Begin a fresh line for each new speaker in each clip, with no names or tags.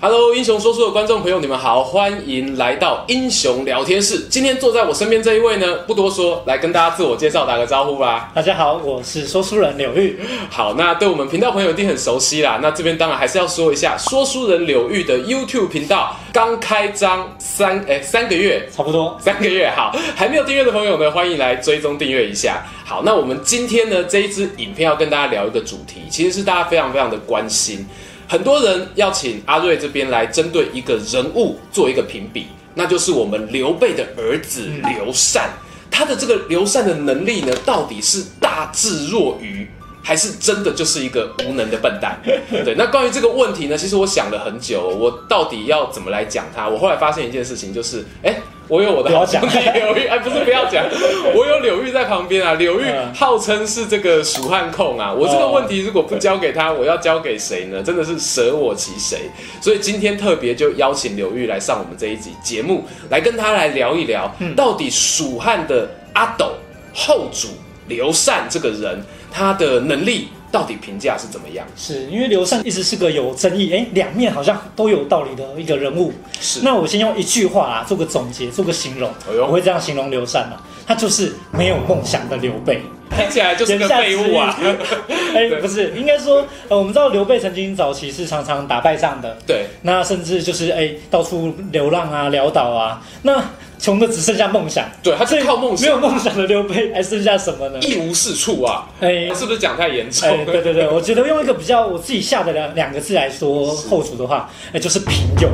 Hello，英雄说书的观众朋友，你们好，欢迎来到英雄聊天室。今天坐在我身边这一位呢，不多说，来跟大家自我介绍，打个招呼吧。
大家好，我是说书人柳玉。
好，那对我们频道朋友一定很熟悉啦。那这边当然还是要说一下，说书人柳玉的 YouTube 频道刚开张三哎三个月，
差不多，
三个月好，还没有订阅的朋友呢，欢迎来追踪订阅一下。好，那我们今天呢这一支影片要跟大家聊一个主题，其实是大家非常非常的关心，很多人要请阿瑞这边来针对一个人物做一个评比，那就是我们刘备的儿子刘禅，他的这个刘禅的能力呢，到底是大智若愚？还是真的就是一个无能的笨蛋，对。那关于这个问题呢，其实我想了很久，我到底要怎么来讲他？我后来发现一件事情，就是，哎、我有我的
不要
好兄
讲
弟柳玉，哎，不是不要讲，我有柳玉在旁边啊。柳玉
嗯
号称是这个蜀汉控啊，我这个问题如果不交给他，我要交给谁呢？真的是舍我其谁。所以今天特别就邀请柳玉来上我们这一集节目，来跟他来聊一聊，
嗯
到底蜀汉的阿斗后主刘禅这个人，他的能力到底评价是怎么样？
是因为刘禅一直是个有争议，哎，两面好像都有道理的一个人物。
是
那我先用一句话啊，做个总结，做个形容。
哎呦
我会这样形容刘禅啊，他就是没有梦想的刘 备。
听起来就是个废物啊！
哎，不是，应该说，呃，我们知道刘备曾经早期是常常打败仗的，
对，
那甚至就是哎到处流浪啊、潦倒啊，那穷的只剩下梦想。
对，他是靠梦
没
想，
有
啊
梦想的刘备还剩下什么呢？
一无是处啊！
哎，
是不是讲太严重？
哎，对对对，我觉得用一个比较我自己下的两两个字来说后厨的话，哎，就是平庸，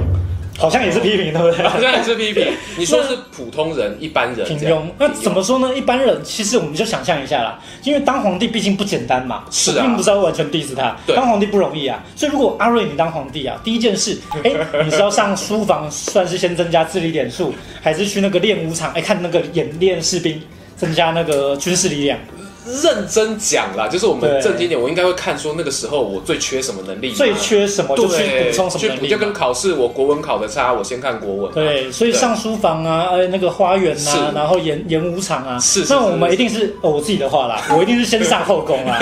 好像也是批评，对不对？
好像也是批评。你说是普通人、一般人
平
这样
庸，那怎么说呢？一般人其实我们就想象一下啦，因为当皇帝毕竟不简单嘛，
是啊
我并不是要完全 diss 他，
对
当皇帝不容易啊。所以如果阿瑞你当皇帝啊，第一件 事，哎，你是要上书房，算是先增加智力点数，还是去那个练武场，哎，看那个演练士兵，增加那个军事力量？
认真讲啦，就是我们
对
正经一点，我应该会看说那个时候我最缺什么能力吗，
最缺什么就去
对
补充什么
去
能
补
力
就
嘛
跟考试，我国文考的差，我先看国文。，啊
对，所以
对
上书房啊，呃，那个花园
是
啊，然后演演武场啊，
是是
那
是
我们一定是，哦，我自己的话啦，我一定是先上后宫 啦。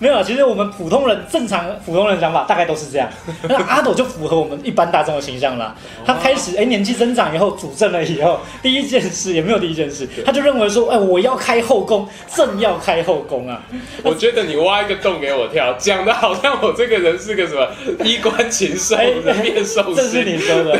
没有啊，其实我们普通人正常普通人想法大概都是这样。那阿斗就符合我们一般大众的形象啦。
哦
他开始哎年纪增长以后，主政了以后，第一件事也没有第一件事，他就认为说，哎，我要开后宫，正要开后宫啊。
我觉得你挖一个洞给我跳，讲的好像我这个人是个什么衣冠禽兽、
哎
人面兽
这是
心。
你说的，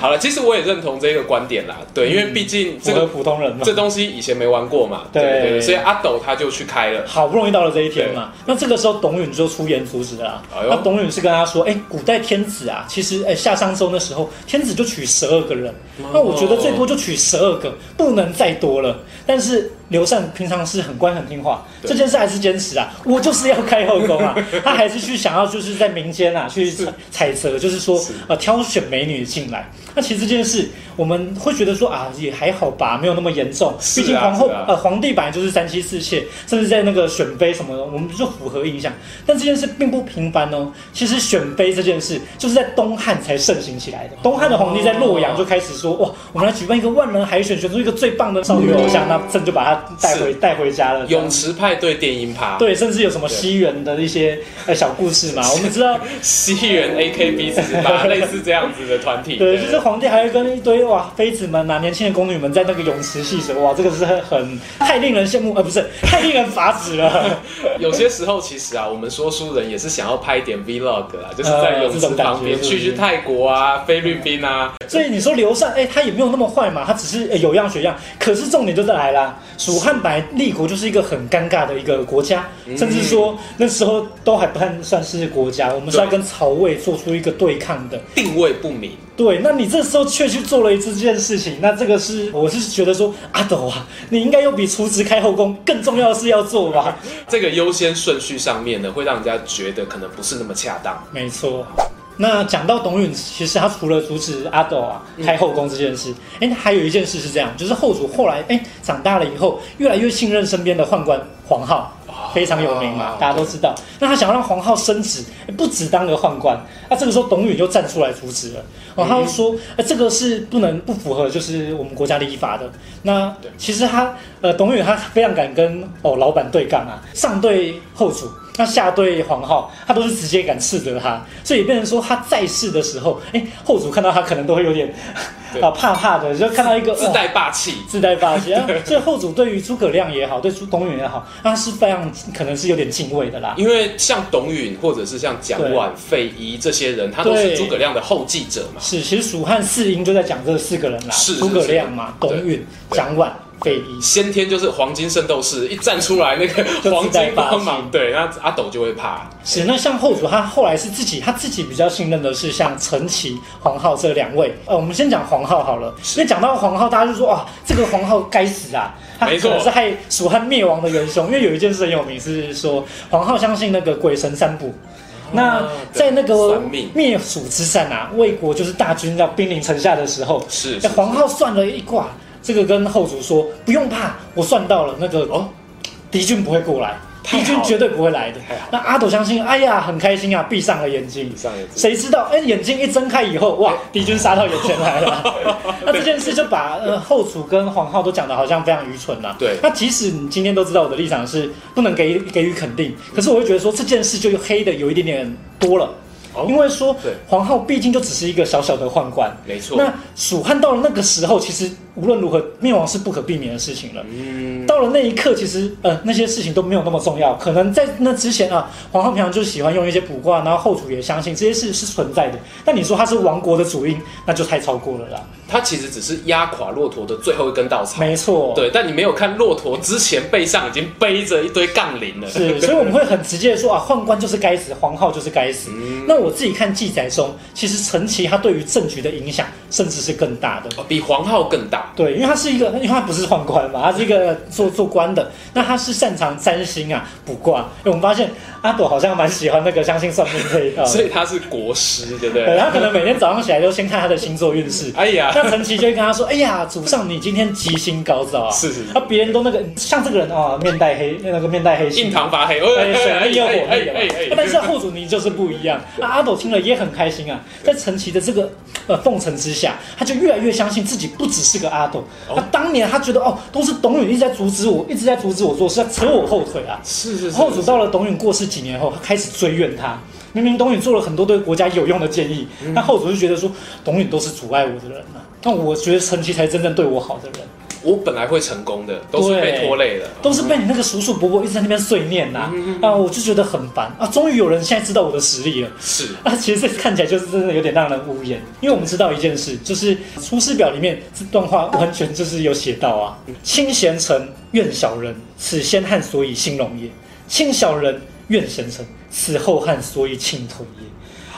好了，其实我也认同这个观点啦，对，因为毕竟这
符
个
合普通人嘛。
这东西以前没玩过嘛，
对嗯
对对，所以阿斗他就去开了，
好不容易到了这一天嘛，那这个时候董允就出言阻止了、啊。
哎呦
那董允是跟他说：“哎，古代天子啊，其实哎夏商周那时候天子就取十二个人，
哦
那我觉得最多就取十二个，不能再多了。但是刘禅平常是很乖很听话，
对
这件事还是坚持啊，我就是要开后宫 啊，他还是去想要就是在民间啊去采采择，就是说
是
呃挑选美女进来。那其实这件事我们会觉得说啊也还好吧，没有那么严重，
是啊
毕竟皇后
是啊
呃皇帝本来就是三妻四妾，甚至在那个选妃什么的，我们就符合印象。但这件事并不平凡哦。其实选妃这件事就是在东汉才盛行起来的。东汉的皇帝在洛
哦
阳就开始说：“哇，我们来举办一个万人海选，选出一个最棒的少女偶像，那朕就把她带回带回家了。”
泳池派对电音趴，
对，甚至有什么西园的一些呃小故事嘛，我们 知道
西园 AKB 四十 八，类似这样子的团体，
对，就是皇帝还会跟一堆哇妃子们啊、年轻的宫女们在那个泳池戏水，哇，这个是很很太令人羡慕，呃，不是太令人发指了。
有些时候，其实啊，我们说书人也是想要拍一点 vlog 啊，就是在泳池旁边
呃这种感觉
去去泰国啊、菲律宾啊，
所以你说刘禅，哎、他也没有那么坏嘛，他只是、哎有样学样。可是重点就是来啦，蜀汉本来立国就是一个很尴尬的一个国家，甚至说那时候都还不太算是国家，我们是要
对
跟曹魏做出一个对抗的。
定位不明。
对，那你这时候却去做了一这件事情，那这个是我是觉得说阿斗啊，你应该有比厨子开后宫更重要的事要做吧？
这个优先顺序上面呢，会让人家觉得可能不是那么恰当。
没错。那讲到董允，其实他除了阻止阿斗啊开后宫这件事，哎、还有一件事是这样，就是后主后来哎长大了以后，越来越信任身边的宦官黄皓。非常有名嘛，
哦
大家都知道。那他想要让黄浩升职，不只当个宦官，那、这个时候董允就站出来阻止了。
嗯
哦，他就说，呃，这个是不能不符合就是我们国家礼法的。那
对
其实他呃，董允他非常敢跟哦老板对杠啊，上对后主。那下对黄浩，他都是直接敢斥责他，所以变成说他在世的时候，哎、后主看到他可能都会有点
对
啊怕怕的，就看到一个
自
哇
带霸气，
自带霸气。啊所以后主对于诸葛亮也好，对朱董允也好，他是非常可能是有点敬畏的啦。
因为像董允或者是像蒋琬、费祎这些人，他都是
对
诸葛亮的后继者嘛。
是，其实蜀汉四英就在讲这四个人啦，
是是
诸葛亮嘛、
是对
董允、
对
蒋琬、费祎。
先天就是黄金圣斗士，一站出来那个
自带
黄金光
霸
芒，对，那阿斗就会怕。
是，那像后主他后来是自己，他自己比较信任的是像陈琦、黄浩这两位。呃，我们先讲黄浩好了，因为讲到黄浩，大家就说哇，这个黄浩该死啊，他
没
可
错
能是害蜀汉灭亡的元凶。因为有一件事很有名，是说黄浩相信那个鬼神三卜。那在那个
哦算命
灭蜀之战啊，魏国就是大军要兵临城下的时候，
是
哎
是
黄浩算了一卦，这个跟后主说不用怕，我算到了那个
哦，
敌军不会过来，
太
敌军
好了
绝对不会来的
太好。
那阿斗相信，哎呀，很开心啊，闭上了眼睛
以。上也是
谁知道，哎，眼睛一睁开以后，
哎
哇，敌军杀到眼前来 了。那这件事就把呃后主跟黄浩都讲的好像非常愚蠢啦。
对
那即使你今天都知道我的立场是不能给予给予肯定，可是我会觉得说这件事就黑的有一点点多了
哦。
因为说
对
黄浩毕竟就只是一个小小的宦官，
没错。
那蜀汉到了那个时候，其实无论如何灭亡是不可避免的事情了。
嗯，
到了那一刻，其实呃那些事情都没有那么重要。可能在那之前啊，皇后平常就喜欢用一些卜卦，然后后主也相信这些事是存在的。但你说他是亡国的主因，那就太超过了啦。
他其实只是压垮骆驼的最后一根稻草。
没错，
对，但你没有看骆驼之前背上已经背着一堆杠铃了。
是，所以我们会很直接的说啊，宦官就是该死，皇后就是该死。
嗯
那我自己看记载中，其实陈琦他对于政局的影响，甚至是更大的。
哦比黄浩更大。
对，因为他是一个，因为他不是宦官嘛，他是一个做做官的，那他是擅长占星啊、卜卦。因为我们发现阿朵好像蛮喜欢那个相信算命这一套的，
所以他是国师，对不
对
对？
他可能每天早上起来都先看他的星座运势。
哎 呀，
那陈琦就会跟他说：“哎呀，祖上你今天吉星高照啊！”
是是是
那别人都那个像这个人啊、哦，面带黑，那个面带黑心
印堂发黑，
对，水力又火力的嘛
哎
哎但是后主尼就是不一样，那阿斗听了也很开心啊。在陈琦的这个呃奉承之下，他就越来越相信自己不只是个阿斗。
哦
他当年他觉得哦，都是董允一直在阻止我，一直在阻止我做事，要扯我后腿啊。
是是是
后主到了董允过世几年后，他开始追怨他。明明董允做了很多对国家有用的建议，
嗯
那、后主就觉得说董允都是阻碍我的人啊。那我觉得陈琦才真正对我好的人，
我本来会成功的，都是被拖累了。
都是被你那个叔叔伯伯一直在那边碎念呐、啊，我就觉得很烦啊。终于有人现在知道我的实力了。
是
啊，其实这看起来就是真的有点让人无言，因为我们知道一件事，就是《出师表》里面这段话完全就是有写到啊：“亲贤臣，怨小人，此先汉所以兴隆也；亲小人，怨贤臣，此后汉所以倾颓也。”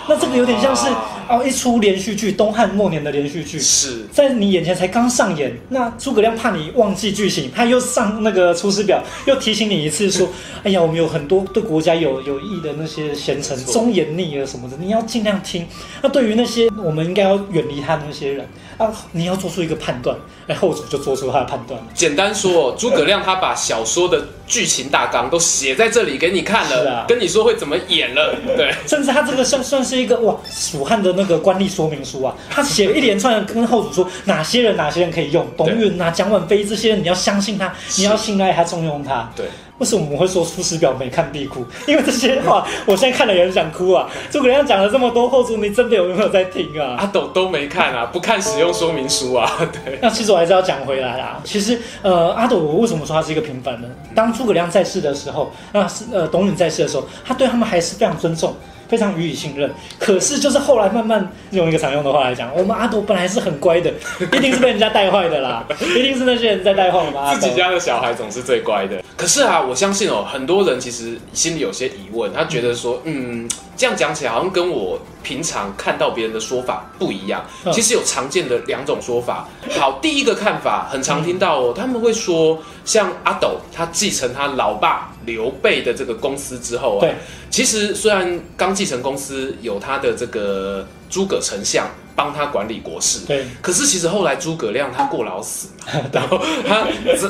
那这个有点像是哦，一出连续剧，东汉末年的连续剧，
是，
在你眼前才刚上演，那诸葛亮怕你忘记剧情，他又上那个《出师表》，又提醒你一次说：“哎呀，我们有很多对国家有有益的那些贤臣
没，错
忠言逆耳什么的，你要尽量听。那对于那些我们应该要远离他的那些人啊，你要做出一个判断。”哎，后主就做出他的判断了。
简单说，诸葛亮他把小说的剧情大纲都写在这里给你看
是
了
啊，
跟你说会怎么演了。对，
甚至他这个算算是一个哇，蜀汉的那个官吏说明书啊，他写了一连串的跟后主说哪些人哪些人可以用，董
对
允啊、蒋琬飞这些人你要相信他，你要信赖他，重用他。
对，
为什么我们会说《出师表》没看必哭？因为这些话，我现在看了也很想哭啊！ 诸葛亮讲了这么多，后主你真的有没有在听啊？
阿斗都没看啊，不看使用说明书啊。 对，
那其实我还是要讲回来啦。其实，呃，阿斗，我为什么说他是一个平凡人？当诸葛亮在世的时候，那是呃董允在世的时候，他对他们还是非常尊重，非常予以信任。可是，就是后来慢慢用一个常用的话来讲，我们阿斗本来是很乖的， 一定是被人家带坏的啦，一定是那些人在带坏我们阿斗。
自己家的小孩总是最乖的。可是啊，我相信哦，很多人其实心里有些疑问，他觉得说，嗯，这样讲起来好像跟我平常看到别人的说法不一样。
嗯
其实有常见的两种说法。好，第一个看法很常听到哦，他们会说，像阿斗他继承他老爸刘备的这个公司之后啊
对，
其实虽然刚继承公司有他的这个诸葛丞相帮他管理国事，
对，
可是其实后来诸 葛亮他过劳死嘛，然后他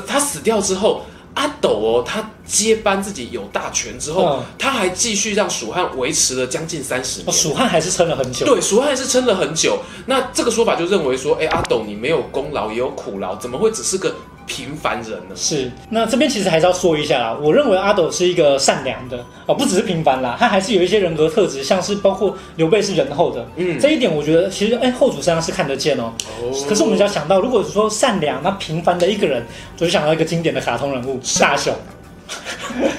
他死掉之后，阿斗哦，他接班自己有大权之后，
嗯
他还继续让蜀汉维持了将近三十
哦，
年。
蜀汉还是撑了很久。
对，蜀汉是撑了很久。那这个说法就认为说，哎、阿斗你没有功劳也有苦劳，怎么会只是个平凡人呢？
是，那这边其实还是要说一下啦。我认为阿斗是一个善良的哦，不只是平凡啦，他还是有一些人格特质，像是包括刘备是仁厚的，
嗯
这一点我觉得其实哎后主身上是看得见哦。可是我们只要想到，如果说善良那平凡的一个人，我就想到一个经典的卡通人物大雄。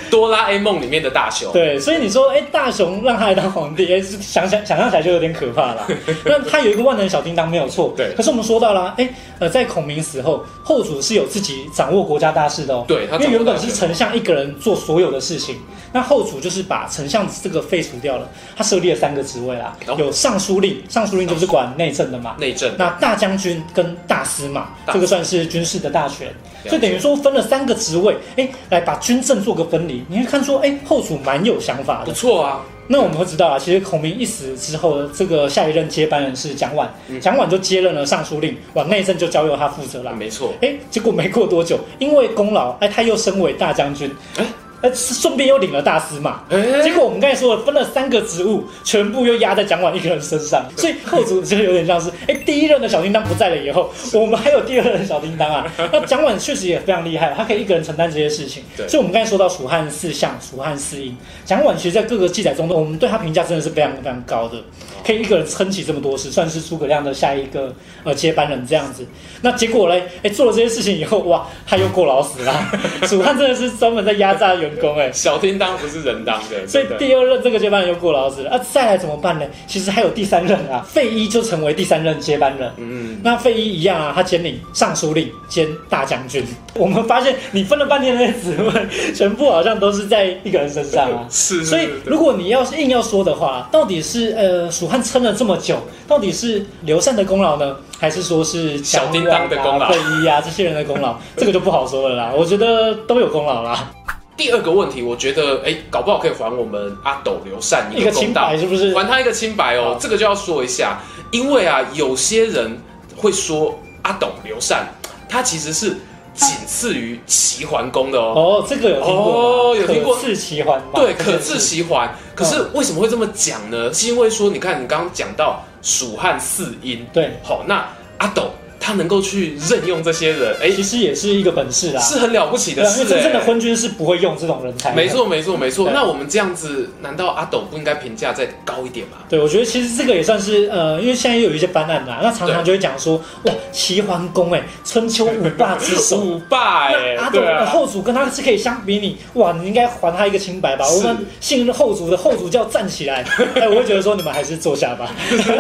哆啦 A 梦里面的大雄，
对，所以你说，哎，大雄让他来当皇帝， 哎，是想想想象起来就有点可怕 了。那他有一个万能小叮当没有错，
对
可是我们说到了，哎，呃，在孔明死后，后主是有自己掌握国家大事的哦。
对他
因为
掌握
原本
大权
是丞相一个人做所有的事情，那后主就是把丞相这个废除掉了，他设立了三个职位啦
哦，
有尚书令，尚书令就是管内政的嘛，
内政
那大将军跟大司马，
大
这个算是军事的大权，
解
所以等于说分了三个职位，哎，来把军政做个分离。你会看说，哎，后主蛮有想法
不
的。
错啊，
那我们会知道啊，其实孔明一死之后，这个下一任接班人是蒋琬，
嗯
蒋琬就接任了尚书令，往内政就交由他负责了。
没 错。
哎，结果没过多久，因为功劳，哎，他又升为大将军，
哎
哎，顺便又领了大司马。
哎、
结果我们刚才说了，分了三个职务，全部又压在蒋琬一个人身上，所以后主就有点像是，哎，第一任的小叮当不在了以后，我们还有第二任的小叮当啊。那蒋琬确实也非常厉害，他可以一个人承担这些事情。
对
所以我们刚才说到蜀汉四相、蜀汉四英，蒋琬其实在各个记载中，我们对他评价真的是非常非常高的，可以一个人撑起这么多事，算是诸葛亮的下一个呃接班人这样子。那结果嘞，哎，做了这些事情以后，哇，他又过劳死了。 蜀汉真的是专门在压榨员工哎、
小叮当不是人当的，
所以
真的
第二任这个接班人又过劳死了，啊，再来怎么办呢？其实还有第三任啊，费祎就成为第三任接班人。
嗯，。
那费祎一样啊，他兼领尚书令兼大将军。我们发现你分了半天那些职位， 全部好像都是在一个人身上啊
是，
所以
是，是
如果你要是硬要说的话，到底是呃蜀汉撑了这么久，到底是刘禅的功劳呢，还是说是
小
蒋
叮
琬
当的功劳
啊、费祎啊这些人的功劳？这个就不好说了啦。我觉得都有功劳啦，
第二个问题，我觉得，哎，搞不好可以还我们阿斗刘禅
一
一
个
个
清
公道
白，是不是？
还他一个清白哦
好。
这个就要说一下，因为啊，有些人会说阿斗刘禅，他其实是仅次于齐桓公的哦。
哦，这个有听过吗，
哦有听过
可刺奇环吧？
对，
这件
可
事
治其
哦
桓。可是为什么会这么讲呢？是因为说，你看你刚刚讲到蜀汉四英，
对，
好，那阿斗他能够去任用这些人，哎，
其实也是一个本事啦。
是很了不起的
对啊，因
事。
为真正的
哎
昏君是不会用这种人才。
没。错，没错，没错。
对
那我们这样子，难道阿斗不应该评价再高一点吗？
对，我觉得其实这个也算是呃，因为现在有一些翻案啦，那常常
对
就会讲说，哇，齐桓公哎，春秋五霸之首，
五霸 哎、
那阿斗
对
的
啊，
后主跟他是可以相比你，哇，你应该还他一个清白吧？
是
我们信任后主的后主叫站起来，哎，我会觉得说你们还是坐 下吧，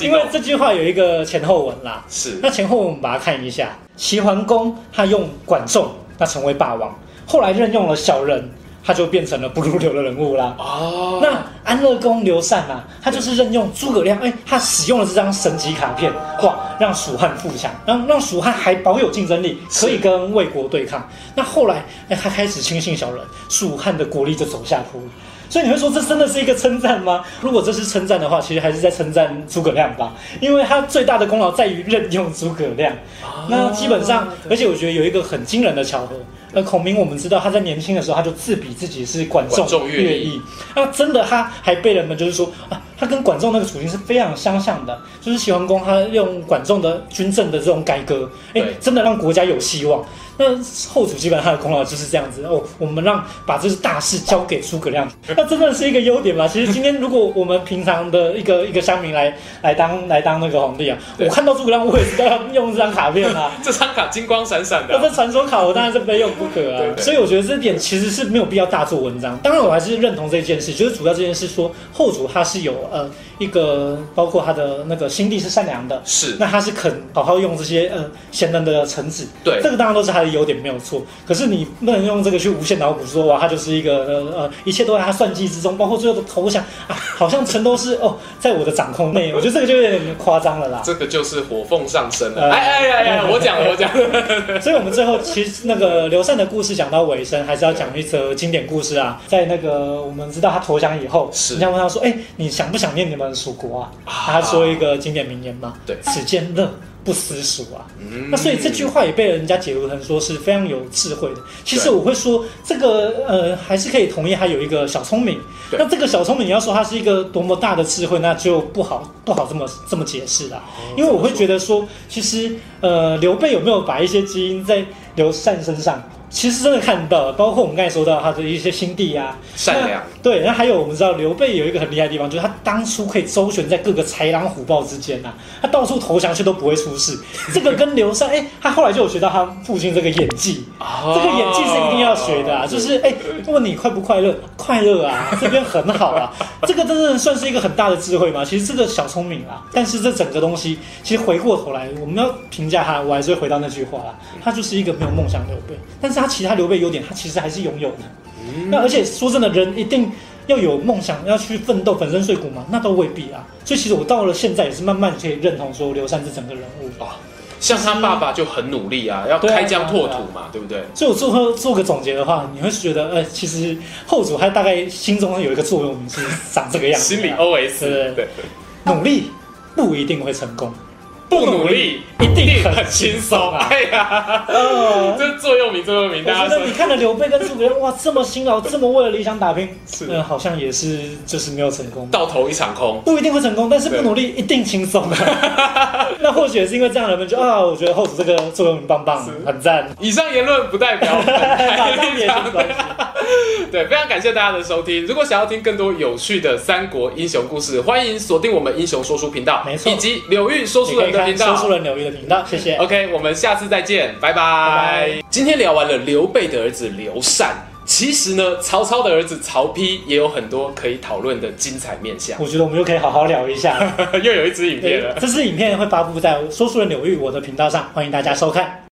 因为这句话有一个前后文啦，
是
那前后我们把它看一下，齐桓公他用管仲，那成为霸王，后来任用了小人，他就变成了不入流的人物啦。
哦，
那安乐公刘禅啊，他就是任用诸葛亮，哎、他使用了这张神级卡片，哇，让蜀汉富强，让让蜀汉还保有竞争力，
是
可以跟魏国对抗。那后来，哎、他开始轻信小人，蜀汉的国力就走下坡路。所以你会说这真的是一个称赞吗？如果这是称赞的话，其实还是在称赞诸葛亮吧，因为他最大的功劳在于任用诸葛亮。
哦
那基本上，而且我觉得有一个很惊人的巧合，呃，孔明我们知道他在年轻的时候他就自比自己是管仲
管仲乐毅
乐毅，那真的他还被人们就是说啊，他跟管仲那个处境是非常相像的，就是齐桓公他用管仲的军政的这种改革，哎
对，
真的让国家有希望。那后主基本上他的功劳就是这样子哦，我们让把这大事交给诸葛亮，那真的是一个优点吧？其实今天如果我们平常的一个一个乡民来来当来当那个皇帝啊，我
对
看到诸葛亮我也是要用这张卡片啊，
这张卡金光闪闪的
那
啊、
这传说卡我当然是非用不可啊
对，对
所以我觉得这点其实是没有必要大做文章。当然，我还是认同这件事，就是主要这件事说后主他是有呃一个包括他的那个心地是善良的，
是
那他是肯好好用这些呃贤能的臣子，
对
这个当然都是他的优点没有错。可是你不能用这个去无限脑补说哇，他就是一个呃呃一切都在他算计之中，包括最后的投降啊，好像全都是哦在我的掌控内，我觉得这个就有点夸张了啦。
这个就是火凤上身了。
呃
哎哎哎哎，我讲了，我讲了。
所以，我们最后其实那个刘禅的故事讲到尾声，还是要讲一则经典故事啊。在那个我们知道他投降以后，
是
你想问他说：“哎、你想不想念你们蜀国啊？”他说一个经典名言嘛：“
对
此间乐，不私塾啊。
嗯
那所以这句话也被人家解读成说是非常有智慧的。其实
对
我会说，这个呃还是可以同意他有一个小聪明。
对
那这个小聪明，你要说他是一个多么大的智慧，那就不好不好这么这么解释啦。
哦
因为我会觉得说，其实呃刘备有没有把一些基因在刘禅身上，其实真的看到了，包括我们刚才说到他的一些心地啊，
善良，
对，然后还有我们知道刘备有一个很厉害的地方，就是他当初可以周旋在各个豺狼虎豹之间呐、他到处投降却都不会出事。这个跟刘禅，哎、他后来就有学到他父亲这个演技，
哦
这个演技是一定要学的啊，就是哎、问你快不快乐，快乐啊，这边很好啊，这个真的算是一个很大的智慧嘛。其实这个小聪明啊，但是这整个东西，其实回过头来我们要评价他，我还是会回到那句话啦，他就是一个没有梦想的刘备，但是他其他刘备优点，他其实还是拥有的。那而且说真的，人一定要有梦想，要去奋斗，粉身碎骨嘛，那都未必啊。所以其实我到了现在也是慢慢可以认同说刘禅这整个人物。
啊，像他爸爸就很努力啊，要
对啊
开疆拓土嘛，对不对？
所以我最后做个总结的话，你会觉得，呃，其实后主他大概心中有一个座右铭是长这个样子、啊，
心理 OS，
对
对，
努力不一定会成功，
不努力
一定
很
很
轻
轻
松。
松啊
哎呀，
呃
这座右铭，座右铭，
我
大家
觉得你
说
看了刘备跟诸葛亮，哇，这么辛劳，这么为了理想打拼，
是
呃，好像也是就是没有成功。
到头一场空。
不一定会成功，但是不努力一定轻松、 那或许也是因为这样，人们就啊，我觉得后主这个作用很棒棒
是，
很 赞，哎
以上言论不代表本
马
台
上
立
也
场
行。
对，非常感谢大家的收听。如果想要听更多有趣的三国英雄故事，欢迎锁定我们英雄说书频道，
没错
以及柳玉说
你
书
可以
人的
看
频
说
道。
书人纽约的频道，谢谢。
OK，我们下次再见，拜拜。
拜
今天聊完了刘备的儿子刘禅，其实呢，曹操的儿子曹丕也有很多可以讨论的精彩面 相。
我觉得我们又可以好好聊一下了。
又有一支影片
对
了。
这支影片会发布在说书人纽约我的频道上，欢迎大家收看。